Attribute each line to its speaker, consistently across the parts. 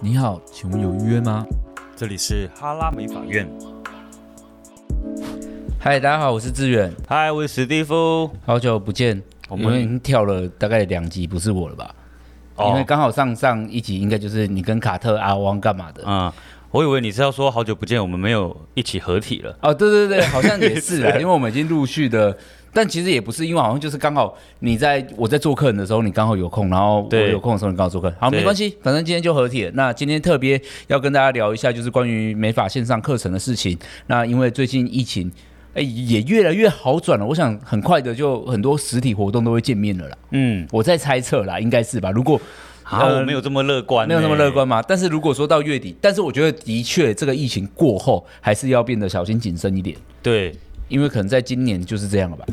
Speaker 1: 你好，请问有预约吗？
Speaker 2: 这里是哈拉美法院。
Speaker 1: 嗨，大家好，我是志远，
Speaker 2: 嗨，我是史蒂夫。
Speaker 1: 好久不见。
Speaker 2: 我
Speaker 1: 因为已
Speaker 2: 们
Speaker 1: 经跳了大概两集，不是我了吧？因为
Speaker 2: 哦，
Speaker 1: 刚好上上一集应该就是你跟卡特、阿汪干嘛的。
Speaker 2: 嗯，我以为你是要说好久不见，我们没有一起合体了。
Speaker 1: 哦，对对对，好像也是 啊，
Speaker 2: 是
Speaker 1: 因为我们已经陆续的，但其实也不是，因为好像就是刚好你在我在做客人的时候，你刚好有空，然后我
Speaker 2: 对
Speaker 1: 有空的时候你刚好做客人，好，
Speaker 2: 对
Speaker 1: 没关系，反正今天就合体了。那今天特别要跟大家聊一下，就是关于美法线上课程的事情。那因为最近疫情，哎，也越来越好转了，我想很快的就很多实体活动都会见面了啦。
Speaker 2: 嗯，
Speaker 1: 我在猜测啦，应该是吧？如果
Speaker 2: 啊，我没有这么乐观，
Speaker 1: 没有那么乐。观嘛。但是如果说到月底，但是我觉得的确这个疫情过后，还是要变得小心谨慎一点，
Speaker 2: 对，
Speaker 1: 因为可能在今年就是这样了吧。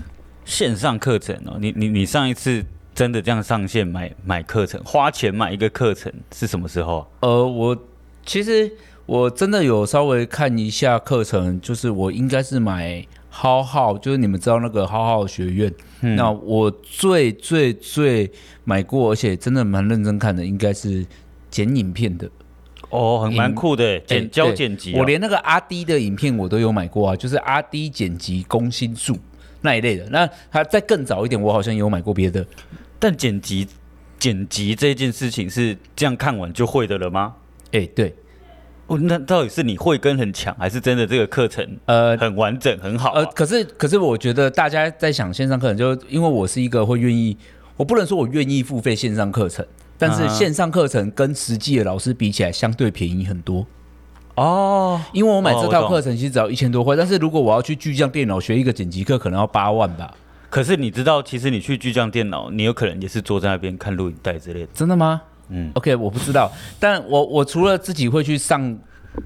Speaker 2: 线上课程哦，你你你上一次真的这样上线买买课程，花钱买一个课程是什么时候啊？
Speaker 1: 呃，我其实我真的有稍微看一下课程，就是我应该是买浩浩，就是你们知道那个浩浩学院。
Speaker 2: 嗯
Speaker 1: 那我最最最买过，而且真的蛮认真看的，应该是剪影片的。
Speaker 2: 哦，很蛮酷的，
Speaker 1: 哎
Speaker 2: 剪教
Speaker 1: 对
Speaker 2: 剪辑哦。
Speaker 1: 我连那个阿 D 的影片我都有买过啊，就是阿 D 剪辑攻心术那一类的。那他再更早一点，我好像也有买过别的。
Speaker 2: 但剪辑剪辑这件事情是这样看完就会的了吗？
Speaker 1: 哎、对，
Speaker 2: 哦，那到底是你会跟很强，还是真的这个课程
Speaker 1: 呃。
Speaker 2: 很完整很好、啊？
Speaker 1: 呃，可是可是，我觉得大家在想线上课程，就因为我是一个会愿意，我不能说我愿意付费线上课程，但是
Speaker 2: 啊哈
Speaker 1: 线上课程跟实际的老师比起来，相对便宜很多。
Speaker 2: 哦，
Speaker 1: 因为我买
Speaker 2: 哦
Speaker 1: 这
Speaker 2: 我
Speaker 1: 套
Speaker 2: 懂
Speaker 1: 课程其实只要一千多块，但是如果我要去巨匠电脑学一个剪辑课，可能要八万吧？
Speaker 2: 可是你知道，其实你去巨匠电脑，你有可能也是坐在那边看录影带之类的。
Speaker 1: 真的吗？
Speaker 2: 嗯，
Speaker 1: OK，我不知道，但我我除了自己会去上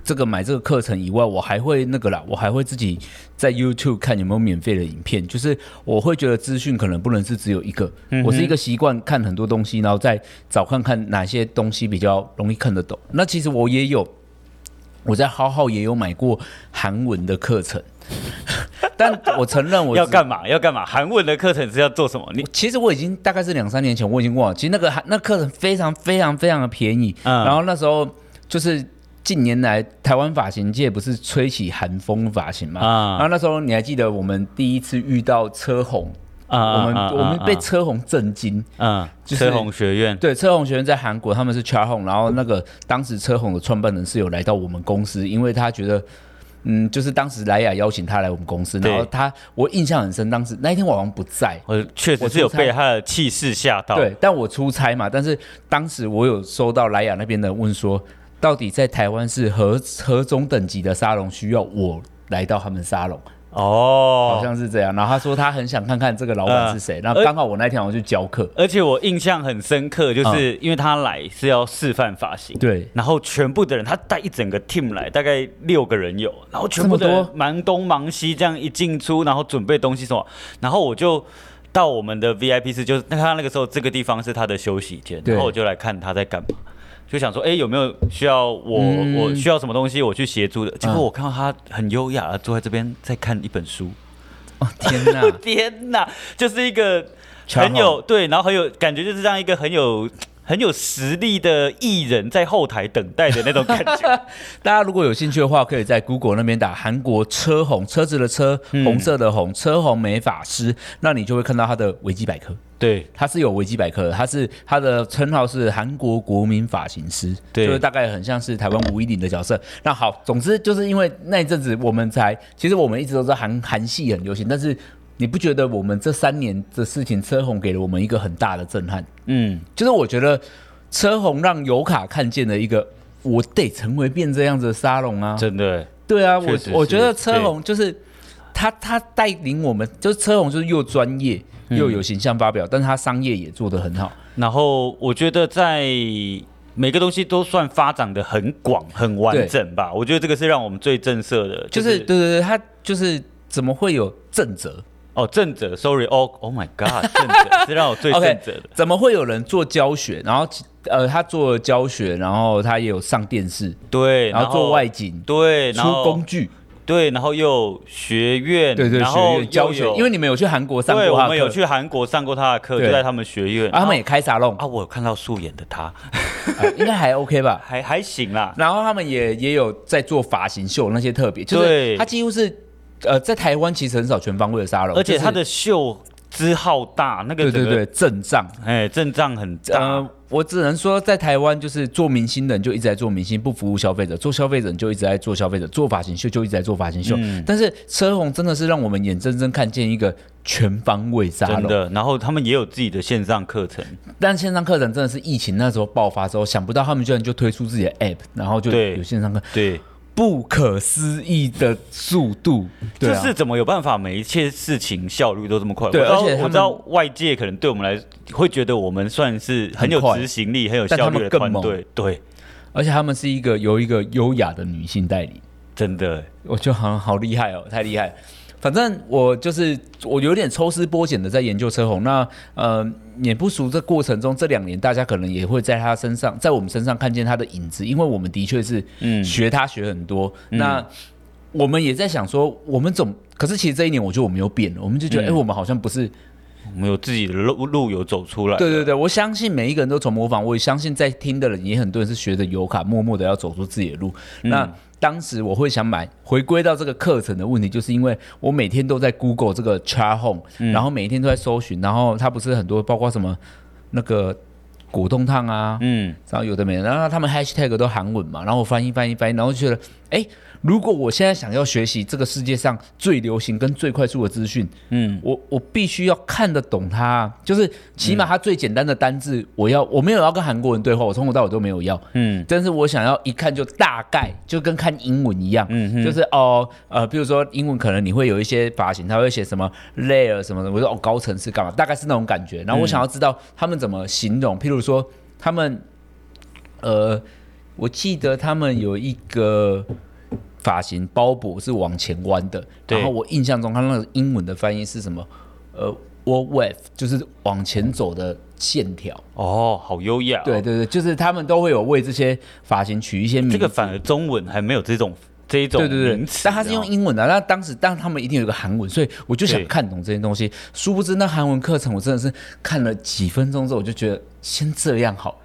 Speaker 1: 这个买这个课程以外，我还会那个啦，我还会自己在 YouTube 看有没有免费的影片。就是我会觉得资讯可能不能是只有一个，我是一个习惯看很多东西，然后再找看看哪些东西比较容易看得懂。那其实我也有，我在浩浩也有买过韩文的课程， 但我承认我
Speaker 2: 要
Speaker 1: 只
Speaker 2: 干嘛？要干嘛？韩文的课程是要做什么？你
Speaker 1: 其实我已经大概是两三年前，我已经忘了。其实那个还那课程非常非常非常的便宜，
Speaker 2: 嗯
Speaker 1: 然后那时候就是近年来台湾发型界不是吹起韩风发型嘛，
Speaker 2: 啊
Speaker 1: 然后那时候你还记得我们第一次遇到车红，啊
Speaker 2: 啊
Speaker 1: 我们、我们被车红震惊，
Speaker 2: 嗯，
Speaker 1: 就是
Speaker 2: 车红学院
Speaker 1: 对，车红学院在韩国，他们是 c h a Hong，然后那个当时车红的创办人是有来到我们公司，因为他觉得，嗯，就是当时莱雅邀请他来我们公司，
Speaker 2: 对
Speaker 1: 然后他我印象很深，当时那一天我好像不在，
Speaker 2: 我确实是有被他的气势吓到。
Speaker 1: 对，但我出差嘛，但是当时我有收到莱雅那边的问说，到底在台湾是何何种等级的沙龙需要我来到他们沙龙，好
Speaker 2: 哦，
Speaker 1: 像是这样。然后他说他很想看看这个老板是谁，然后刚好我那天好像去教课，
Speaker 2: 而且我印象很深刻，
Speaker 1: 嗯
Speaker 2: 就是因为他来是要示范发型。
Speaker 1: 对，
Speaker 2: 然后全部的人，他带一整个 team 来，大概六个人有，然后全部的
Speaker 1: 这么
Speaker 2: 人
Speaker 1: 多
Speaker 2: 忙东忙西，这样一进出，然后准备东西什么，然后我就到我们的 VIP 室，就是那他那个时候这个地方是他的休息间，
Speaker 1: 对
Speaker 2: 然后我就来看他在干嘛，就想说，哎，有没有需要我、
Speaker 1: 嗯
Speaker 2: 我需要什么东西我去协助的？结果我看到他很优雅地坐在这边在看一本书，
Speaker 1: 哦天哪，
Speaker 2: 天哪，就是一个
Speaker 1: 强哦
Speaker 2: 很有
Speaker 1: 好
Speaker 2: 对，然后很有感觉，就是这样一个很有。很有实力的艺人在后台等待的那种感觉，
Speaker 1: 大家如果有兴趣的话，可以在 Google 那边打韩国车红，车子的车，红色的红，车红美发师，那你就会看到他的维基百科。
Speaker 2: 对，
Speaker 1: 他是有维基百科的，他是他的称号是韩国国民发型师，
Speaker 2: 对
Speaker 1: 就是大概很像是台湾吴一林的角色。那好，总之就是因为那一阵子我们才，其实我们一直都知道韩韩系很流行，但是你不觉得我们这三年的事情，车红给了我们一个很大的震撼？
Speaker 2: 嗯，
Speaker 1: 就是我觉得车红让尤卡看见了一个，我得成为变这样子的沙龙啊，
Speaker 2: 真的，
Speaker 1: 对啊，
Speaker 2: 确
Speaker 1: 我
Speaker 2: 实
Speaker 1: 我
Speaker 2: 是
Speaker 1: 觉得车红就是他，他带领我们，就是车红就是又专业
Speaker 2: 嗯
Speaker 1: 又有形象发表，但是他商业也做得很好。
Speaker 2: 然后我觉得在每个东西都算发展的很广、很完整吧。我觉得这个是让我们最震慑的，
Speaker 1: 就是、对对对，他就是怎么会有正则
Speaker 2: 哦，正者，sorry，哦，Oh my God，正 者是让我最正
Speaker 1: ？OK，
Speaker 2: 者的。
Speaker 1: 怎么会有人做教学？然后呃，他做教学，然后他也有上电视，
Speaker 2: 对，
Speaker 1: 然
Speaker 2: 然
Speaker 1: 后做外景。
Speaker 2: 对，然
Speaker 1: 出
Speaker 2: 后
Speaker 1: 工具，
Speaker 2: 对，然后又有学院，
Speaker 1: 对对，
Speaker 2: 然
Speaker 1: 学
Speaker 2: 后
Speaker 1: 院教学，因为
Speaker 2: 你
Speaker 1: 你们有去韩国上过
Speaker 2: 对，
Speaker 1: 他
Speaker 2: 我
Speaker 1: 的课
Speaker 2: 们有去韩国上过他的课，
Speaker 1: 对
Speaker 2: 就在他们学院，
Speaker 1: 啊，他
Speaker 2: 然后
Speaker 1: 们也开沙龙
Speaker 2: 啊，我有看到素颜的他，
Speaker 1: 呃应该还 OK 吧。
Speaker 2: 还还行啦。
Speaker 1: 然后他们也也有在做发型秀，那些特别，就是
Speaker 2: 对
Speaker 1: 他几乎是呃，在台湾其实很少全方位的沙龙，
Speaker 2: 而且
Speaker 1: 就是
Speaker 2: 他的秀之浩大，那个
Speaker 1: 对对
Speaker 2: 整个
Speaker 1: 对，阵仗。
Speaker 2: 哎，阵仗很大
Speaker 1: 呃。，我只能说，在台湾就是做明星的人就一直在做明星，不服务消费者；做消费者人就一直在做消费者，做发型秀就一直在做发型秀。
Speaker 2: 嗯
Speaker 1: 但是车红真的是让我们眼睁睁看见一个全方位沙
Speaker 2: 真
Speaker 1: 龙。
Speaker 2: 的，然后他们也有自己的线上课程，
Speaker 1: 但线上课程真的是疫情那时候爆发之后，想不到他们居然就推出自己的 app，然后就
Speaker 2: 对
Speaker 1: 有线上课，
Speaker 2: 对，啊
Speaker 1: 不可思议的速度。对
Speaker 2: 就
Speaker 1: 啊，
Speaker 2: 是怎么有办法每一切事情效率都这么快？
Speaker 1: 对
Speaker 2: 我知道
Speaker 1: 而且他们
Speaker 2: 我知道外界可能对我们来会觉得我们算是很有
Speaker 1: 很快
Speaker 2: 执行力、很有
Speaker 1: 但他
Speaker 2: 效
Speaker 1: 们
Speaker 2: 率的
Speaker 1: 更
Speaker 2: 团
Speaker 1: 猛
Speaker 2: 队，对，
Speaker 1: 而且他们是一个由一个优雅的女性代理，
Speaker 2: 真的
Speaker 1: 我觉得好像好厉害哦，太厉害了。反正我就是我有点抽丝剥茧的在研究车红，那呃也不熟这过程中这两年大家可能也会在他身上，在我们身上看见他的影子，因为我们的确是
Speaker 2: 嗯
Speaker 1: 学他学很多。那我们也在想说，我们总可是其实这一年我觉得我们有变了，我们就觉得哎、
Speaker 2: 嗯
Speaker 1: 诶我们好像不是
Speaker 2: 我们有自己的路路有走出来，
Speaker 1: 对对对，我相信每一个人都从模仿，我也相信在听的人也很多人是学着尤卡，默默的要走出自己的路。
Speaker 2: 嗯
Speaker 1: 那当时我会想买，回归到这个课程的问题，就是因为我每天都在 Google 这个 Char Home，、然
Speaker 2: 嗯
Speaker 1: 后每一天都在搜寻，然后它不是很多，包括什么那个果冻烫啊，
Speaker 2: 嗯，
Speaker 1: 然后有的没的，然后他们 hashtag 都韩文嘛，然后我翻译翻译翻译，然后就觉得，哎，如果我现在想要学习这个世界上最流行跟最快速的资讯，嗯，我我必须要看得懂它，就是起码它最简单的单字，我要我没有要跟韩国人对话，我从头到尾都没有要，嗯
Speaker 2: 嗯，
Speaker 1: 但是我想要一看就大概，就跟看英文一样，嗯，就是哦，呃，比如说英文可能你会有一些发型，它会写什么 layer 什么的，我说哦高层次干嘛，大概是那种感觉，然后我想要知道他们怎么形容，譬如说他们。呃，我记得他们有一个发型包裹是往前弯的，
Speaker 2: 对
Speaker 1: 然后我印象中他那个英文的翻译是什么？呃，wall wave 就是往前走的线条。
Speaker 2: 哦，好优雅、
Speaker 1: 对，对对，就是他们都会有为这些发型取一些名字。
Speaker 2: 这个反而中文还没有这种这一种
Speaker 1: 对对
Speaker 2: 名
Speaker 1: 对
Speaker 2: 词，，啊
Speaker 1: 但他是用
Speaker 2: 然后
Speaker 1: 英文啊的，那当时但他们一定有一个韩文，所以我就想
Speaker 2: 对
Speaker 1: 看懂这些东西。殊不知那韩文课程我真的是看了几分钟之后，我就觉得先这样好，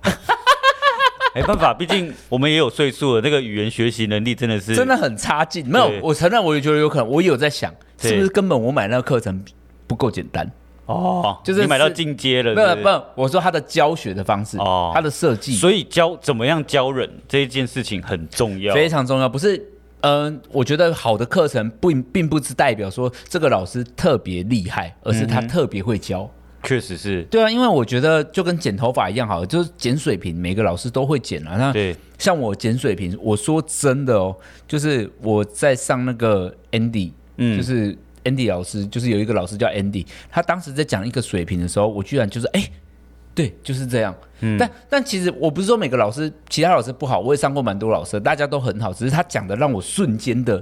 Speaker 2: 没哎办法，毕竟我们也有岁数了，那个语言学习能力真的是
Speaker 1: 啊真的很差劲。没有
Speaker 2: 对，
Speaker 1: 我承认，我也觉得有可能，我也有在想，
Speaker 2: 对
Speaker 1: 是不是根本我买那个课程不够简单？
Speaker 2: 哦，
Speaker 1: 就是
Speaker 2: 你买到
Speaker 1: 是
Speaker 2: 进阶了，
Speaker 1: 没有，
Speaker 2: 是
Speaker 1: 不
Speaker 2: 不是，
Speaker 1: 我说他的教学的方式，
Speaker 2: 哦
Speaker 1: 他的设计
Speaker 2: 所以教怎么样教人这一件事情很重要，
Speaker 1: 非常重要，不是？嗯、我觉得好的课程并并不是代表说这个老师特别厉害，而是他特别会教。
Speaker 2: 确实是
Speaker 1: 对啊，因为我觉得就跟剪头发一样好了，就是剪水平，每个老师都会剪啊。那
Speaker 2: 对，
Speaker 1: 像我剪水平，我说真的哦，就是我在上那个 Andy，嗯，就是 Andy 老师，就是有一个老师叫 Andy，他当时在讲一个水平的时候，我居然就是哎。对，就是这样。但但其实我不是说每个老师，其他老师不好，我也上过蛮多老师，大家都很好，只是他讲的让我瞬间的，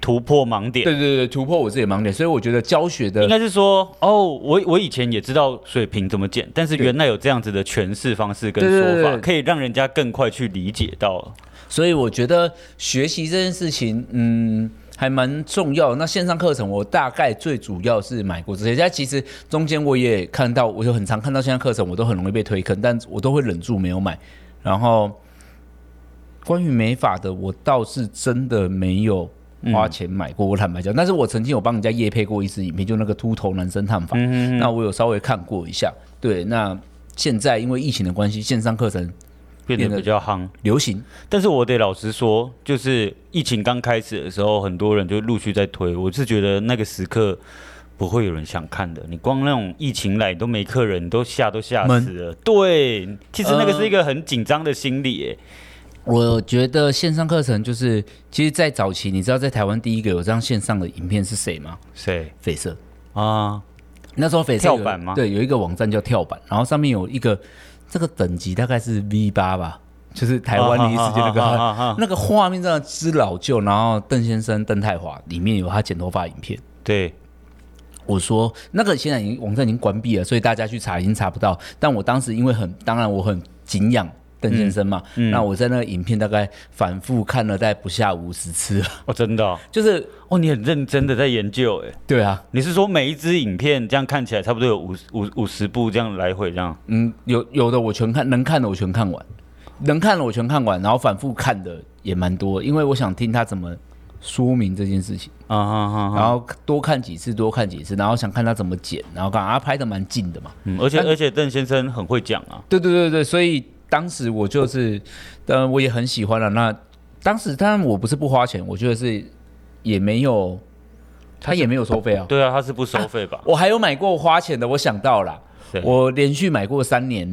Speaker 2: 突破盲点。
Speaker 1: 对对对，突破我自己的盲点。所以我觉得教学的
Speaker 2: 应该是说，哦，我我以前也知道水平怎么减，但是原来有这样子的诠释方式跟
Speaker 1: 对对
Speaker 2: 说法，
Speaker 1: 对对
Speaker 2: 可以让人家更快去理解到。
Speaker 1: 所以我觉得学习这件事情，嗯，还蛮重要的。那线上课程我大概最主要是买过这些，但其实中间我也看到，我就很常看到线上课程，我都很容易被推坑，但我都会忍住没有买。然后关于美发的，我倒是真的没有。花钱买过，我坦白讲，但是我曾经有帮人家夜配过一支影片，就那个秃头男生探访，那我有稍微看过一下。对，那现在因为疫情的关系，线上课程
Speaker 2: 变
Speaker 1: 变得
Speaker 2: 得比较夯，
Speaker 1: 流行，
Speaker 2: 但是我得老实说，就是疫情刚开始的时候，很多人就陆续在推，我是觉得那个时刻不会有人想看的。你光那种疫情来你都没客人，你都吓都吓死
Speaker 1: 闷
Speaker 2: 了。对，其实那个
Speaker 1: 呃
Speaker 2: 是一个很紧张的心理耶、
Speaker 1: 我觉得线上课程就是，其实，在早期，你知道在台湾第一个有这样线上的影片是谁吗？
Speaker 2: 谁
Speaker 1: 绯色。
Speaker 2: 啊？
Speaker 1: 那时候绯色有
Speaker 2: 跳板吗
Speaker 1: 对，有一个网站叫跳板，然后上面有一个这个等级大概是 V 八吧，就是台湾第一世界那
Speaker 2: 啊啊啊啊啊
Speaker 1: 个
Speaker 2: 啊
Speaker 1: 那个画面真的之老旧。然后邓先生邓泰华里面有他剪头发的影片，
Speaker 2: 对，
Speaker 1: 我说那个现在已经网站已经关闭了，所以大家去查已经查不到。但我当时因为很，当然我很敬仰邓先生嘛，那我在那个影片大概反复看了大概不下五十次 了，
Speaker 2: 哦，真的哦、
Speaker 1: 就是
Speaker 2: 哦，你很认真的在研究哎。
Speaker 1: 对啊，
Speaker 2: 你是说每一支影片这样看起来差不多有五五五十部这样来回这样？
Speaker 1: 嗯嗯，有有的我全看，能看的我全看完。能看的我全看完，然后反复看的也蛮多，因为我想听他怎么说明这件事情，
Speaker 2: 啊哈哈哈，
Speaker 1: 然后多看几次，多看几次，然后想看他怎么剪，然后看啊拍的蛮近的嘛，
Speaker 2: 嗯，而且
Speaker 1: 但
Speaker 2: 而且邓先生很会讲啊，
Speaker 1: 对对对对，所以当时我就是，呃，我也很喜欢了。那当时当然我不是不花钱，我觉得是也没有，他也没有收费啊。
Speaker 2: 对啊，他是不收费吧？
Speaker 1: 我还有买过花钱的，我想到了
Speaker 2: 对，
Speaker 1: 我连续买过三年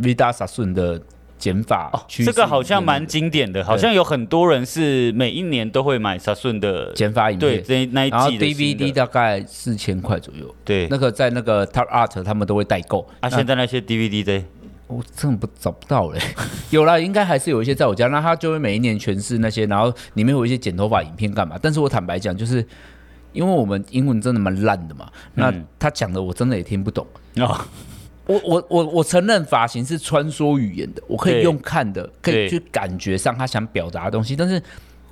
Speaker 1: Vida Sasun 的减法
Speaker 2: 哦，
Speaker 1: 趋势影片的、
Speaker 2: 这个好像蛮经典的，好像有很多人是每一年都会买沙顺的，
Speaker 1: 减法影
Speaker 2: 对，
Speaker 1: 片，
Speaker 2: 这那一
Speaker 1: 然后
Speaker 2: 季的新的
Speaker 1: DVD 大概四千块左右。
Speaker 2: 对
Speaker 1: 那，个在那个 Top Art 他们都会代购，
Speaker 2: 啊，现在那些 DVD 的，
Speaker 1: 我真的不找不到嘞， 有啦，应该还是有一些在我家，那他就会每一年诠释那些，然后里面有一些剪头发影片干嘛。但是我坦白讲，就是因为我们英文真的蛮烂的嘛，
Speaker 2: 嗯
Speaker 1: 那他讲的我真的也听不懂。
Speaker 2: 哦，
Speaker 1: 我我我我承认发型是穿梭语言的，我可以
Speaker 2: 对
Speaker 1: 用看的，可以
Speaker 2: 对
Speaker 1: 去感觉上他想表达的东西，但是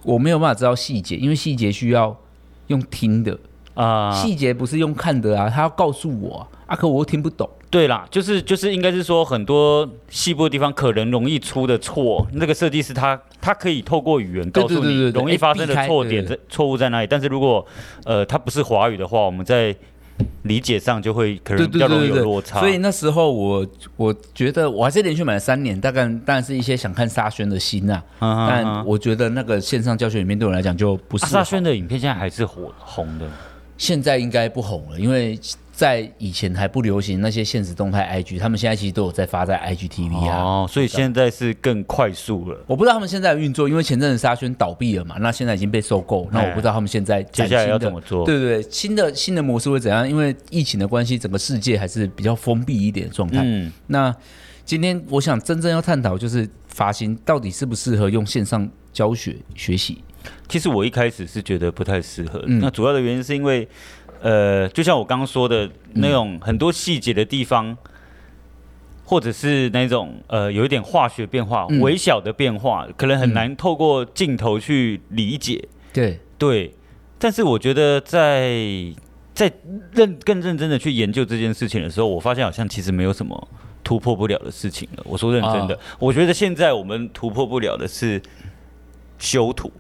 Speaker 1: 我没有办法知道细节，因为细节需要用听的，
Speaker 2: 啊，
Speaker 1: 细节不是用看的啊，他要告诉我啊，啊可我又听不懂。
Speaker 2: 对啦，就是就是应该是说很多细部的地方可能容易出的错，那个设计师他他可以透过语言
Speaker 1: 对
Speaker 2: 告诉
Speaker 1: 对对
Speaker 2: 你
Speaker 1: 对对
Speaker 2: 容易发生的
Speaker 1: 哎避开
Speaker 2: 错点
Speaker 1: 对
Speaker 2: 在错误在哪里，但是如果呃他不是华语的话，我们在理解上就会可
Speaker 1: 对
Speaker 2: 能比
Speaker 1: 对
Speaker 2: 较
Speaker 1: 对
Speaker 2: 容易
Speaker 1: 对
Speaker 2: 有
Speaker 1: 对，
Speaker 2: 落差，
Speaker 1: 所以那时候我我觉得我还是连续买了三年，大概当然是一些想看沙宣的心啊，
Speaker 2: 嗯嗯嗯
Speaker 1: 但我觉得那个线上教学里面对我来讲就不是、
Speaker 2: 啊沙宣的影片现在还是火红的，
Speaker 1: 现在应该不红了，因为在以前还不流行那些现实动态 IG，他们现在其实都有在发在 IGTV 啊。
Speaker 2: 哦，所以现在是更快速了。
Speaker 1: 我不知道他们现在的运作，因为前阵子沙宣倒闭了嘛，那现在已经被收购，那我不知道他们现在
Speaker 2: 哎接下
Speaker 1: 崭
Speaker 2: 来
Speaker 1: 新的
Speaker 2: 要怎么做
Speaker 1: 对对对，新的新的模式会怎样？因为疫情的关系，整个世界还是比较封闭一点的状态。
Speaker 2: 嗯，
Speaker 1: 那今天我想真正要探讨就是发型到底适不适合用线上教学学习？
Speaker 2: 其实我一开始是觉得不太适合，
Speaker 1: 嗯
Speaker 2: 那主要的原因是因为，呃，就像我刚刚说的那种很多细节的地方，或者是那种呃有一点化学变化、
Speaker 1: 嗯
Speaker 2: 微小的变化，可能很难透过镜头去理解。
Speaker 1: 对，
Speaker 2: 对，但是我觉得在在认更认真的去研究这件事情的时候，我发现好像其实没有什么突破不了的事情了。我说认真
Speaker 1: 啊
Speaker 2: 的，我觉得现在我们突破不了的是修图，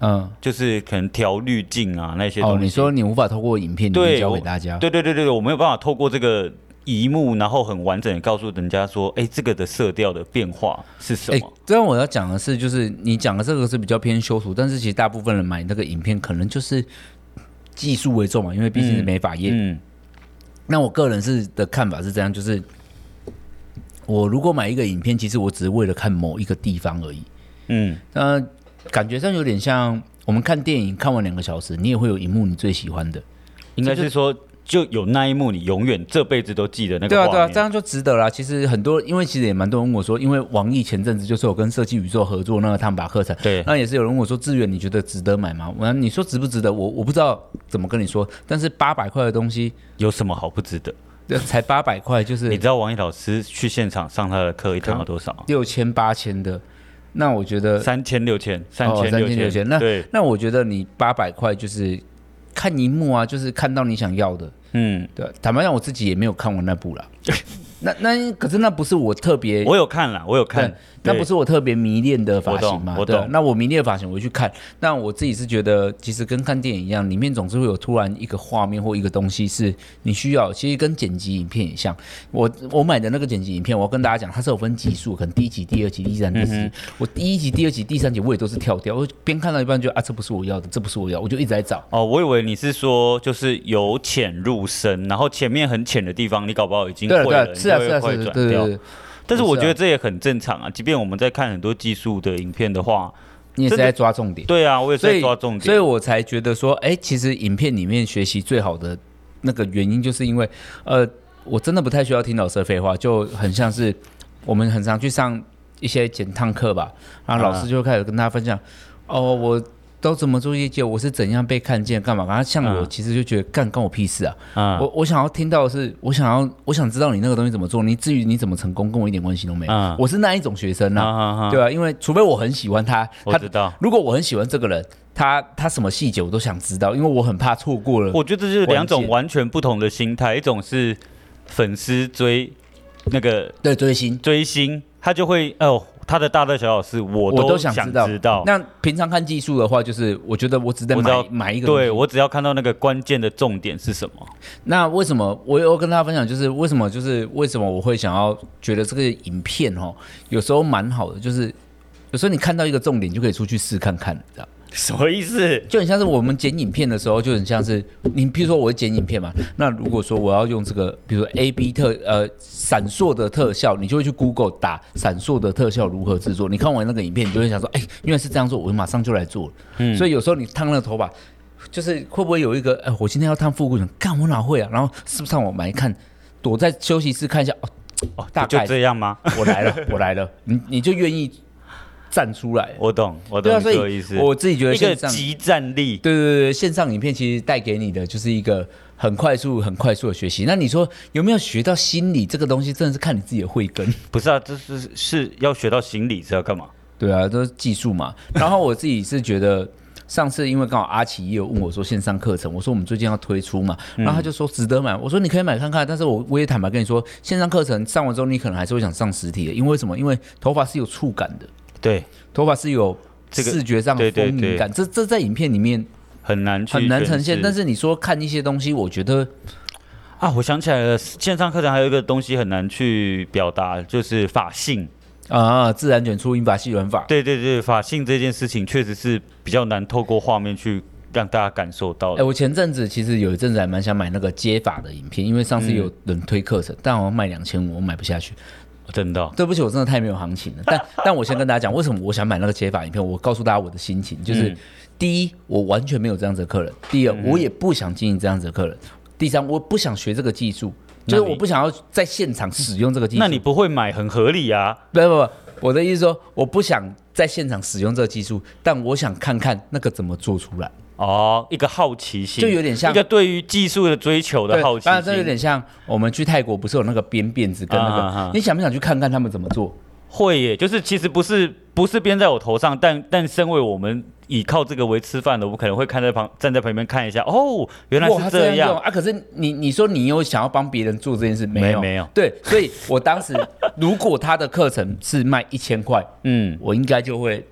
Speaker 1: 嗯，
Speaker 2: 就是可能调滤镜啊那些东
Speaker 1: 哦，
Speaker 2: 西。
Speaker 1: 你啊说你无法透过影片里面
Speaker 2: 对，
Speaker 1: 教
Speaker 2: 我
Speaker 1: 给大家，
Speaker 2: 对对对对，我没有办法透过这个。一幕，然后很完整的告诉人家说，哎，这个的色调的变化是什
Speaker 1: 哎
Speaker 2: 么？，
Speaker 1: 这样我要讲的是，就是你讲的这个是比较偏修图，但是其实大部分人买那个影片可能就是技术为重啊嘛，因为毕竟是美发业。
Speaker 2: 嗯，
Speaker 1: 那我个人是的看法是这样，就是我如果买一个影片，其实我只是为了看某一个地方而已。
Speaker 2: 嗯，
Speaker 1: 那感觉上有点像我们看电影，看完两个小时，你也会有一幕你最喜欢的。
Speaker 2: 应该是说就有那一幕，你永远这辈子都记得那个
Speaker 1: 对啊，对
Speaker 2: 画
Speaker 1: 啊，
Speaker 2: 面
Speaker 1: 这样就值得啦。其实很多，因为其实也蛮多人问我说，因为王毅前阵子就是有跟设计宇宙合作那个烫发课程，
Speaker 2: 对
Speaker 1: 那也是有人问我说，志远你觉得值得买吗？我你说值不值得？我我不知道怎么跟你说，但是八百块的东西，
Speaker 2: 有什么好不值得？
Speaker 1: 呃才八百块，就
Speaker 2: 你
Speaker 1: 是
Speaker 2: 知道王毅老师去现场上他的课一堂要多少？
Speaker 1: 六千八千的，那我觉得
Speaker 2: 三千六千，三
Speaker 1: 哦
Speaker 2: 千
Speaker 1: 三千
Speaker 2: 六
Speaker 1: 六千，那
Speaker 2: 对，
Speaker 1: 那我觉得你八百块就是看一幕啊，就是看到你想要的。
Speaker 2: 嗯，
Speaker 1: 对，坦白讲，我自己也没有看完那部 啦。那那可是那不是我特别，
Speaker 2: 我有看了，我有看
Speaker 1: 对，那不
Speaker 2: 对
Speaker 1: 是我特别迷恋的发型嘛？
Speaker 2: 我懂我
Speaker 1: 对啊
Speaker 2: 懂
Speaker 1: 那我迷恋的发型，我会去看。那我自己是觉得，其实跟看电影一样，里面总是会有突然一个画面或一个东西是你需要。其实跟剪辑影片也像，我我买的那个剪辑影片，我要跟大家讲，它是有分集数，可能第一集、第二集、第三集、
Speaker 2: 嗯
Speaker 1: 第四集。我第一集、第二集、第三集我也都是跳掉，我边看到一半就啊，这不是我要的，这不是我要的，我就一直在找。
Speaker 2: 哦，我以为你是说就是由浅入深，然后前面很浅的地方你搞不好已经
Speaker 1: 对
Speaker 2: 会
Speaker 1: 啊对
Speaker 2: 了，
Speaker 1: 啊，是啊是
Speaker 2: 你就会
Speaker 1: 啊
Speaker 2: 快
Speaker 1: 是啊，对
Speaker 2: 转
Speaker 1: 对
Speaker 2: 掉。
Speaker 1: 对，
Speaker 2: 但是
Speaker 1: 不是啊
Speaker 2: 我觉得这也很正常啊，即便我们在看很多技术的影片的话，
Speaker 1: 你也是在抓重点。
Speaker 2: 对啊，我也是
Speaker 1: 所
Speaker 2: 在
Speaker 1: 以
Speaker 2: 抓重
Speaker 1: 所以
Speaker 2: 点。
Speaker 1: 我才觉得说，哎、其实影片里面学习最好的那个原因，就是因为，呃，我真的不太需要听老师的废话，就很像是我们很常去上一些简烫课吧，然后
Speaker 2: 啊
Speaker 1: 老师就开始跟大家分享，哦，我。都怎么做业界？我是怎样被看见？干嘛？然后像我，
Speaker 2: 嗯
Speaker 1: 其实就觉得干干我屁事啊！
Speaker 2: 嗯
Speaker 1: 我我想要听到的是，我想要我想知道你那个东西怎么做。你至于你怎么成功，跟我一点关系都没有。
Speaker 2: 嗯
Speaker 1: 我是那一种学生
Speaker 2: 啊
Speaker 1: 啊，
Speaker 2: 啊啊！
Speaker 1: 对啊，因为除非我很喜欢他，
Speaker 2: 我
Speaker 1: 他
Speaker 2: 知道。
Speaker 1: 如果我很喜欢这个人，他他什么细节我都想知道，因为我很怕错过了。
Speaker 2: 我觉得这就是两
Speaker 1: 关
Speaker 2: 种
Speaker 1: 键
Speaker 2: 完全不同的心态，一种是粉丝追那个
Speaker 1: 对追星，
Speaker 2: 追星，他就会哦，他的大大小小事我
Speaker 1: 我
Speaker 2: 都
Speaker 1: 想
Speaker 2: 想
Speaker 1: 道。
Speaker 2: 知道。
Speaker 1: 那平常看技术的话，就是我觉得我只得
Speaker 2: 我只要
Speaker 1: 买买一个。
Speaker 2: 对，我只要看到那个关键的重点是什么，
Speaker 1: 那为什么我有跟大家分享，就是为什么就是为什么我会想要觉得这个影片哦，有时候蛮好的，就是有时候你看到一个重点，你就可以出去试看看，你知道。
Speaker 2: 什么意思？
Speaker 1: 就很像是我们剪影片的时候，就很像是你，比如说我剪影片嘛，那如果说我要用这个，比如说 A B 特呃闪烁的特效，你就会去 Google 打闪烁的特效如何制作。你看完那个影片，你就会想说，哎、原来是这样做，我马上就来做了。
Speaker 2: 嗯
Speaker 1: 所以有时候你烫了头发，就是会不会有一个，哎、我今天要烫复古卷，干我哪会啊？然后是不是上网买看，躲在休息室看一下，哦，
Speaker 2: 哦，
Speaker 1: 大
Speaker 2: 就
Speaker 1: 概
Speaker 2: 这样吗？
Speaker 1: 我来了，我来了，你你就愿意站出来。
Speaker 2: 我懂，我
Speaker 1: 对啊，
Speaker 2: 懂你
Speaker 1: 所
Speaker 2: 这个意
Speaker 1: 以
Speaker 2: 思。
Speaker 1: 我自己觉得
Speaker 2: 一个
Speaker 1: 线上
Speaker 2: 集战力，
Speaker 1: 对对对，线上影片其实带给你的就是一个很快速、很快速的学习。那你说有没有学到心理这个东西，真的是看你自己的慧根。
Speaker 2: 不是啊，这是是要学到心理是要干嘛？
Speaker 1: 对啊，都是技术嘛。然后我自己是觉得，上次因为刚好阿奇也有问我说线上课程，我说我们最近要推出嘛，然后他就说值得买，我说你可以买看看，但是我我也坦白跟你说，线上课程上完之后，你可能还是会想上实体的，因为什么？因为头发是有触感的，
Speaker 2: 对，
Speaker 1: 头发是有
Speaker 2: 这个
Speaker 1: 视觉上的
Speaker 2: 对对
Speaker 1: 丰
Speaker 2: 对
Speaker 1: 盈感，这这在影片里面
Speaker 2: 很难去
Speaker 1: 很难呈
Speaker 2: 诠
Speaker 1: 现。
Speaker 2: 释
Speaker 1: 但是你说看一些东西，我觉得。
Speaker 2: 啊，我想起来了，线上课程还有一个东西很难去表达，就是法性。
Speaker 1: 啊，自然卷出英法系软法。
Speaker 2: 对对对，法性这件事情确实是比较难透过画面去让大家感受到
Speaker 1: 哎、
Speaker 2: 的。
Speaker 1: 我前阵子其实有一阵子还蛮想买那个接法的影片，因为上次
Speaker 2: 嗯
Speaker 1: 有人推课程，但好像卖两千五，我买不下去。
Speaker 2: 真的哦、
Speaker 1: 对不起，我真的太没有行情了。 但但我先跟大家讲，为什么我想买那个接法影片，我告诉大家我的心情，就是、
Speaker 2: 嗯
Speaker 1: 第一，我完全没有这样子的客人；第二，我也不想经营这样子的客人；第三，我不想学这个技术，就是
Speaker 2: 那你
Speaker 1: 我不想要在现场使用这个技术。
Speaker 2: 那你不会买很合理啊？
Speaker 1: 不不不，我的意思说，我不想在现场使用这个技术，但我想看看那个怎么做出来。
Speaker 2: 哦，一个好奇心，
Speaker 1: 就有点像
Speaker 2: 一个对于技术的追求的
Speaker 1: 对，
Speaker 2: 好奇
Speaker 1: 当然这有
Speaker 2: 心。
Speaker 1: 点像我们去泰国，不是有那个编辫子跟那个，
Speaker 2: 啊啊啊
Speaker 1: 你想不想去看看他们怎么做？
Speaker 2: 会耶，就是其实不是不是编在我头上，但但身为我们以靠这个为吃饭的，我可能会看在旁站在旁边看一下，哦，原来
Speaker 1: 哇
Speaker 2: 是
Speaker 1: 他
Speaker 2: 这
Speaker 1: 样用
Speaker 2: 样，
Speaker 1: 啊！可是你你说你有想要帮别人做这件事没有？
Speaker 2: 没没有
Speaker 1: 对，所以我当 时如果他的课程是卖一千块，
Speaker 2: 嗯，
Speaker 1: 我应该就会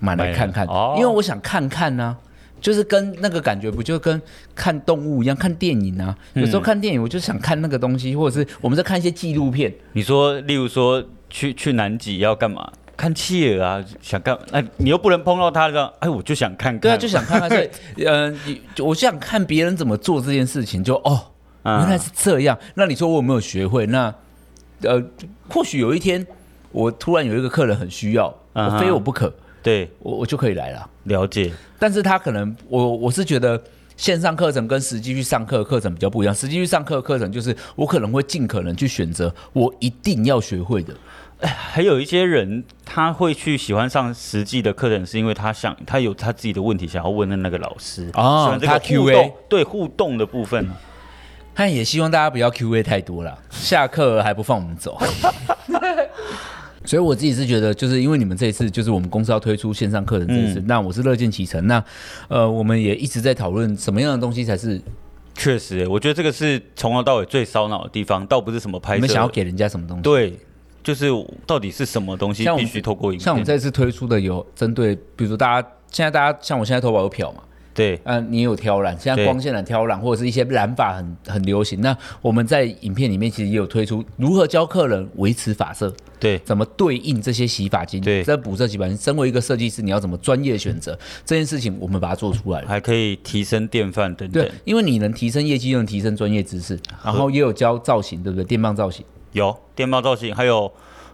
Speaker 1: 买来看看，
Speaker 2: 买了哦
Speaker 1: 因为我想看看呢、就是跟那个感觉，不就跟看动物一样，看电影啊？有
Speaker 2: 嗯
Speaker 1: 时候看电影，我就想看那个东西，或者是我们在看一些纪录片，
Speaker 2: 你说，例如说去去南极要干嘛？看企鹅啊，想干，哎，你又不能碰到它，这样，哎，我就想看看，
Speaker 1: 对啊，就想看看这，嗯、你就我想看别人怎么做这件事情，就哦，
Speaker 2: 嗯
Speaker 1: 原来是这样。那你说我有没有学会？那呃，或许有一天我突然有一个客人很需要，
Speaker 2: 嗯哼
Speaker 1: 我非我不可，
Speaker 2: 对，
Speaker 1: 我我就可以来了。
Speaker 2: 了解，
Speaker 1: 但是他可能我我是觉得。线上课程跟实际去上课的课程比较不一样，实际去上课的课程就是我可能会尽可能去选择我一定要学会的，
Speaker 2: 还有一些人他会去喜欢上实际的课程，是因为他想他有他自己的问题想要问的那个老师
Speaker 1: 哦
Speaker 2: 喜欢这个
Speaker 1: 他
Speaker 2: 互
Speaker 1: Q&A
Speaker 2: 动，对互动的部分，
Speaker 1: 但也希望大家不要 Q A 太多啦，下课还不放我们 走。所以我自己是觉得，就是因为你们这一次就是我们公司要推出线上课程这
Speaker 2: 嗯
Speaker 1: 一次，那我是乐见其成。那呃，我们也一直在讨论什么样的东西才是
Speaker 2: 确实、欸，我觉得这个是从头到尾最烧脑的地方，倒不是什么拍
Speaker 1: 你
Speaker 2: 摄，
Speaker 1: 们想要给人家什么东西。
Speaker 2: 对，就是到底是什么东西
Speaker 1: 像我
Speaker 2: 必
Speaker 1: 们
Speaker 2: 须透过影片，
Speaker 1: 像我们这次推出的有针对，比如说大家现在大家像我现在头发有漂嘛，
Speaker 2: 对
Speaker 1: 嗯、你也有挑染，现在
Speaker 2: 对
Speaker 1: 光线染挑染或者是一些染发很很流行。那我们在影片里面其实也有推出如何教客人维持发色，
Speaker 2: 对
Speaker 1: 怎么对应这些洗发精，
Speaker 2: 对嗯
Speaker 1: 再补这几版。身为一个设计师，你要怎么专业选择这件事情，我们把它做出来了。
Speaker 2: 还可以提升电饭等等
Speaker 1: 对，，因为你能提升业绩，又能提升专业知识，
Speaker 2: 啊
Speaker 1: 然后也有教造型，对不对？电棒 造型，
Speaker 2: 有电报造型，还有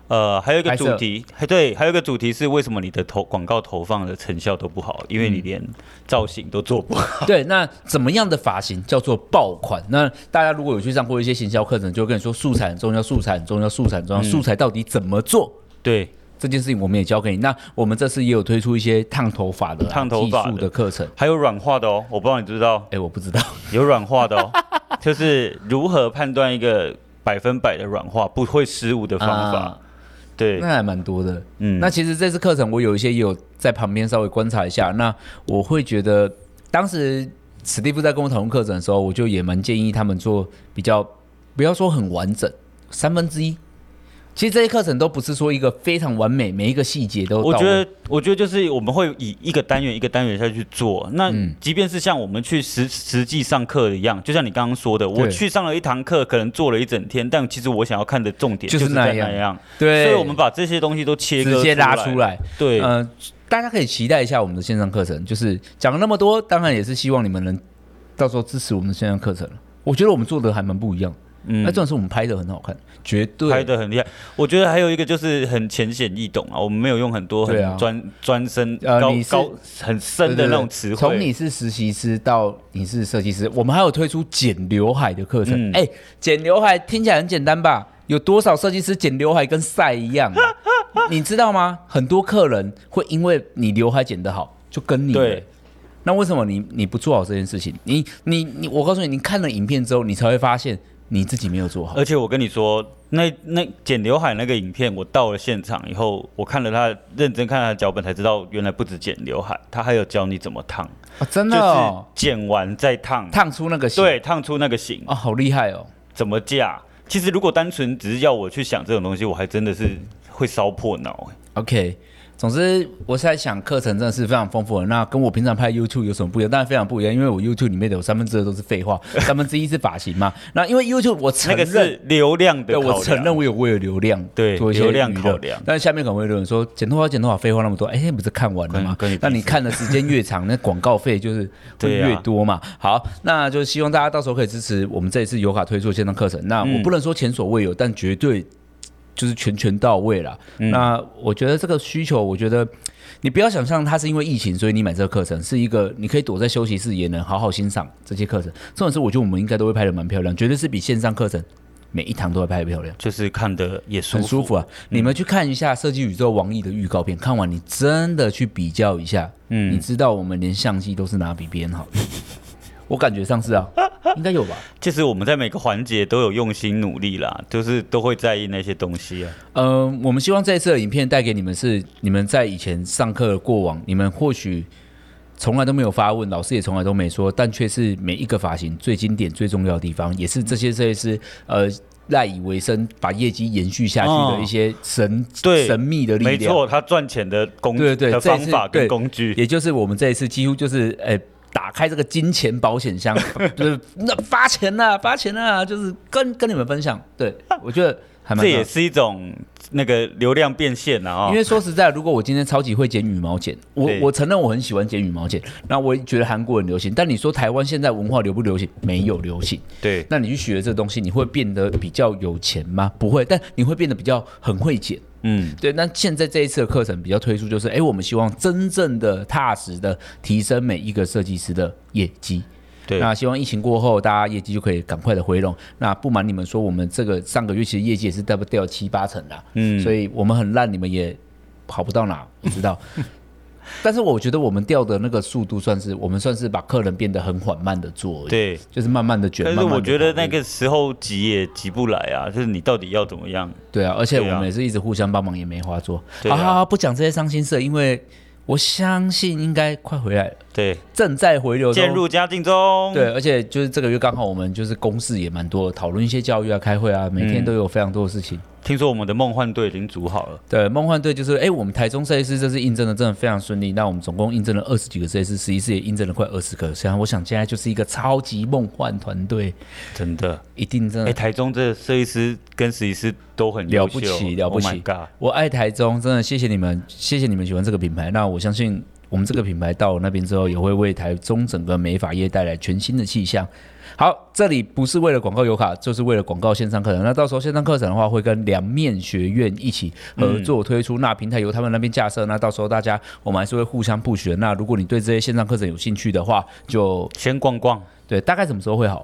Speaker 2: 呃，还有一个
Speaker 1: 拍摄
Speaker 2: 主题，还对，还有一个主题是为什么你的投广告投放的成效都不好，
Speaker 1: 嗯
Speaker 2: 因为你连造型都做 不好。
Speaker 1: 对。那怎么样的发型叫做爆款？那大家如果有去上过一些行销课程，就会跟你说素材很重要，素材很重要，素材
Speaker 2: 嗯
Speaker 1: 很重要，素材到底怎么做？
Speaker 2: 对，
Speaker 1: 这件事情我们也教给你。那我们这次也有推出一些烫头发的啊、
Speaker 2: 烫头发的
Speaker 1: 技术的课程。
Speaker 2: 还有软化的哦，我不知道你知不知道，
Speaker 1: 哎，我不知道，
Speaker 2: 有软化 的哦，就是如何判断一个百分百的软化不会失误的方法。
Speaker 1: 啊
Speaker 2: 对
Speaker 1: 那，还蛮多的。
Speaker 2: 嗯，
Speaker 1: 那其实这次课程我有一些也有在旁边稍微观察一下，那我会觉得当时史蒂夫在跟我讨论课程的时候，我就也蛮建议他们做比较，不要说很完整，三分之一。其实这些课程都不是说一个非常完美，每一个细节哦都到
Speaker 2: 我
Speaker 1: 位。
Speaker 2: 觉得，我觉得就是我们会以一个单元一个单元下去做。那
Speaker 1: 嗯
Speaker 2: 即便是像我们去实实际上课一样，就像你刚刚说的，我
Speaker 1: 对
Speaker 2: 去上了一堂课，可能做了一整天，但其实我想要看的重点
Speaker 1: 就是
Speaker 2: 是在
Speaker 1: 那样
Speaker 2: 那样。
Speaker 1: 对，
Speaker 2: 所以我们把这些东西都切割
Speaker 1: 直接拉
Speaker 2: 出
Speaker 1: 出
Speaker 2: 来。
Speaker 1: 来。
Speaker 2: 对，
Speaker 1: 呃，大家可以期待一下我们的线上课程，就是讲了那么多，当然也是希望你们能到时候支持我们的线上课程。我觉得我们做的还蛮不一样，
Speaker 2: 嗯
Speaker 1: 那、重点是我们拍的很好看，绝对
Speaker 2: 拍的很厉害。我觉得还有一个就是很浅显易懂啊，我们没有用很多
Speaker 1: 对啊
Speaker 2: 很专专深、
Speaker 1: 呃
Speaker 2: 高
Speaker 1: 你是
Speaker 2: 高很
Speaker 1: 对
Speaker 2: 深
Speaker 1: 对
Speaker 2: 的
Speaker 1: 对
Speaker 2: 那种词汇。
Speaker 1: 从你是实习师到你是设计师，我们还有推出剪刘海的课程。
Speaker 2: 嗯
Speaker 1: 哎、剪刘海听起来很简单吧？有多少设计师剪刘海跟晒一样啊、 你知道吗？很多客人会因为你刘海剪得好，就跟你了
Speaker 2: 对
Speaker 1: 那为什么你你不做好这件事情？你你你，我告诉你，你看了影片之后，你才会发现你自己没有做好。
Speaker 2: 而且我跟你说，那那剪刘海那个影片，我到了现场以后，我看了他认真看他的脚本，才知道原来不止剪刘海，他还有教你怎么烫，
Speaker 1: 啊、真的、
Speaker 2: 就是
Speaker 1: 哦，
Speaker 2: 剪完再烫，
Speaker 1: 烫出那个形
Speaker 2: 对，烫出那个型，
Speaker 1: 啊、好厉害哦！
Speaker 2: 怎么架。其实如果单纯只是要我去想这种东西，我还真的是会烧破脑、欸
Speaker 1: OK，总之我是在想课程真的是非常丰富的。那跟我平常拍 YouTube 有什么不一样？当然非常不一样，因为我 YouTube 里面的有三分之二都是废 话，三分之一是发型嘛。那因为 YouTube 我承
Speaker 2: 那个
Speaker 1: 认，
Speaker 2: 是流量的
Speaker 1: 对
Speaker 2: 考量。
Speaker 1: 我承认我有为了流量
Speaker 2: 对
Speaker 1: 做一些
Speaker 2: 流量
Speaker 1: 娱乐
Speaker 2: 考量
Speaker 1: 但是下面可能会有人说剪头发剪头发废话那么多，哎，不是看完了吗
Speaker 2: 跟跟你？
Speaker 1: 那你
Speaker 2: 比
Speaker 1: 看的时间越长，那广告费就是会
Speaker 2: 对啊
Speaker 1: 越多嘛。好，那就希望大家到时候可以支持我们这一次油卡推出的线上课程。那我
Speaker 2: 嗯
Speaker 1: 不能说前所未有，但绝对就是全全到位了。
Speaker 2: 嗯
Speaker 1: 那我觉得这个需求，我觉得你不要想象它是因为疫情所以你买这个课程，是一个你可以躲在休息室也能好好欣赏这些课程。重点是，我觉得我们应该都会拍的蛮漂亮，绝对是比线上课程每一堂都会拍的漂亮。
Speaker 2: 就是看的也舒
Speaker 1: 很
Speaker 2: 服。
Speaker 1: 舒服啊！你们去看一下《设计宇宙》王毅的预告片，看完你真的去比较一下，嗯，你知道我们连相机都是拿比别人好 的，我感觉上是啊， 应该有吧？
Speaker 2: 其实我们在每个环节都有用心努力啦，就是都会在意那些东西啊。
Speaker 1: 呃，我们希望这一次的影片带给你们是，你们在以前上课的过往，你们或许从来都没有发问，老师也从来都没说，但却是每一个发型最经典、最重要的地方，也是这些设计师呃赖以为生、把业绩延续下去的一些神、
Speaker 2: 对
Speaker 1: 神秘的力
Speaker 2: 没
Speaker 1: 量。
Speaker 2: 错，他赚钱的 工
Speaker 1: 对对
Speaker 2: 的
Speaker 1: 这一
Speaker 2: 方
Speaker 1: 次
Speaker 2: 法跟
Speaker 1: 对
Speaker 2: 工具，
Speaker 1: 也就是我们这一次几乎就是呃、打开这个金钱保险箱， 就是那发钱呐、发钱呐、就是跟跟你们分享。对我觉得还蛮
Speaker 2: 这
Speaker 1: 好
Speaker 2: 也是一种那个流量变现啊、哦。
Speaker 1: 因为说实在，如果我今天超级会剪羽毛剪，我
Speaker 2: 对
Speaker 1: 我承认我很喜欢剪羽毛剪，那我也觉得韩国很流行。但你说台湾现在文化流不流行？没有流行。
Speaker 2: 对
Speaker 1: 那你去学这东西，你会变得比较有钱吗？不会，但你会变得比较很会剪。
Speaker 2: 嗯，
Speaker 1: 对，那现在这一次的课程比较推出就是，哎，我们希望真正的踏实的提升每一个设计师的业绩。
Speaker 2: 对
Speaker 1: 那希望疫情过后，大家业绩就可以赶快的回笼。那不瞒你们说，我们这个上个月其实业绩也是掉掉七八成啦，嗯，所以我们很烂，你们也好不到哪，我知 道。但是我觉得我们掉的那个速度算是，我们算是把客人变得很缓慢的做而已，
Speaker 2: 对。
Speaker 1: 就是慢慢的卷。
Speaker 2: 但是
Speaker 1: 慢慢
Speaker 2: 我
Speaker 1: 地
Speaker 2: 觉得
Speaker 1: 跑
Speaker 2: 那个时候急也急不来啊，就是你到底要怎么样？
Speaker 1: 对啊，而且
Speaker 2: 对啊
Speaker 1: 我们也是一直互相帮忙，也没话做。
Speaker 2: 对啊
Speaker 1: 好好好，不讲这些伤心事，因为我相信应该快回来了，
Speaker 2: 对，
Speaker 1: 正在回流中
Speaker 2: 渐入佳境中。
Speaker 1: 对，，而且就是这个月刚好我们就是公事也蛮多的，讨论一些教育啊、开会啊，每天
Speaker 2: 嗯
Speaker 1: 都有非常多的事情。
Speaker 2: 听说我们的梦幻队已经组好了。
Speaker 1: 对，梦幻队就是，哎、我们台中设计师这次应征的真的非常顺利。那我们总共应征了二十几个设计师，实习师也应征了快二十个。现在我想现在就是一个超级梦幻团队，
Speaker 2: 真的，
Speaker 1: 一定真
Speaker 2: 哎、
Speaker 1: 的
Speaker 2: 台中这设计师跟实习师都很
Speaker 1: 嗯了
Speaker 2: 优
Speaker 1: 不
Speaker 2: 秀
Speaker 1: 起，了不
Speaker 2: Oh my
Speaker 1: 起
Speaker 2: god！
Speaker 1: 我爱台中，真的谢谢你们，谢谢你们喜欢这个品牌。那我相信我们这个品牌到那边之后，也会为台中整个美发业带来全新的气象。好，这里不是为了广告油卡，就是为了广告线上课程。那到时候线上课程的话，会跟两面学院一起合作推出，那平台由他们那边架设。那到时候大家我们还是会互相布学。那如果你对这些线上课程有兴趣的话，就
Speaker 2: 先逛逛，
Speaker 1: 对，大概什么时候会好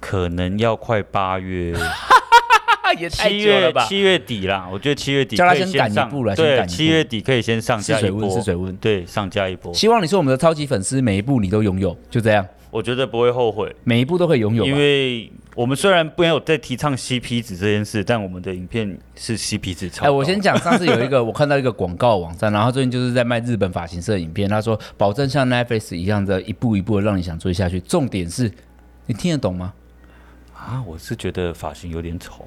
Speaker 2: 可能要快八月。
Speaker 1: 啊？也
Speaker 2: 哎七月七月底啦，我觉得七月底
Speaker 1: 叫他
Speaker 2: 可以
Speaker 1: 先赶一
Speaker 2: 上
Speaker 1: 步啦先赶
Speaker 2: 对，
Speaker 1: 一
Speaker 2: 七月底可以先上
Speaker 1: 是
Speaker 2: 加一
Speaker 1: 水温，
Speaker 2: 波
Speaker 1: 是，水温。
Speaker 2: 对，上加一波，
Speaker 1: 希望你是我们的超级粉丝，每一步你都拥有，就这样。
Speaker 2: 我觉得不会后悔，
Speaker 1: 每一步都可以拥有吧，
Speaker 2: 因为我们虽然没有在提倡 CP 值这件事，但我们的影片是 CP 值超
Speaker 1: 哎、
Speaker 2: 高。
Speaker 1: 我先讲，上次有一个我看到一个广告网站，然后最近就是在卖日本发型社的影片，他说保证像 Netflix 一样的一步一步的让你想追下去，重点是你听得懂吗？
Speaker 2: 啊，我是觉得发型有点丑。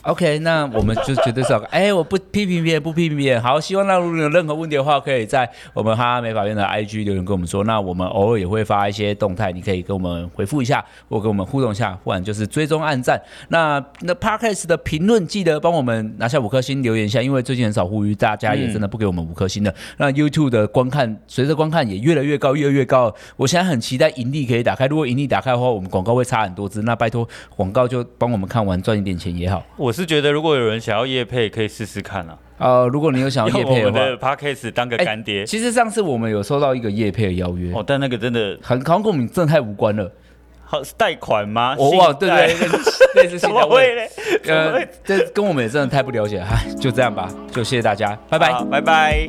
Speaker 1: OK，那我们就绝对是好 看。哎、我不批评别人，不批评别人。好，希望那如果有任何问题的话，可以在我们哈哈美法院的 IG 留言跟我们说。那我们偶尔也会发一些动态，你可以跟我们回复一下，或跟我们互动一下，不然就是追踪按赞。那那 Podcast 的评论记得帮我们拿下五颗星，留言一下，因为最近很少呼吁大家，也真的不给我们五颗星的。那 YouTube 的观看，随着观看也越来越高，越来越高。我现在很期待盈利可以打开，如果盈利打开的话，我们广告会差很多支。那拜托广告就帮我们看完，赚一点钱也好。
Speaker 2: 我是觉得如果有人想要夜配，可以试试看啊，
Speaker 1: 呃，如果你有想要
Speaker 2: 用
Speaker 1: 夜配的
Speaker 2: 我们
Speaker 1: 话，
Speaker 2: 的 podcast 当个
Speaker 1: 哎
Speaker 2: 干爹。
Speaker 1: 其实上次我们有收到一个叶配的邀约，
Speaker 2: 哦，但那个真的
Speaker 1: 很好像跟我们真的太无关了，
Speaker 2: 好是贷款吗？
Speaker 1: 我忘了，
Speaker 2: 信
Speaker 1: 对
Speaker 2: 贷
Speaker 1: 对，对 类似类似
Speaker 2: 怎
Speaker 1: 信
Speaker 2: 么
Speaker 1: 贷
Speaker 2: 会
Speaker 1: 问题，
Speaker 2: 嘞？怎么
Speaker 1: 呃
Speaker 2: 会？，
Speaker 1: 这跟我们也真的太不了解，哎，就这样吧，就谢谢大家，拜拜。
Speaker 2: 好拜拜。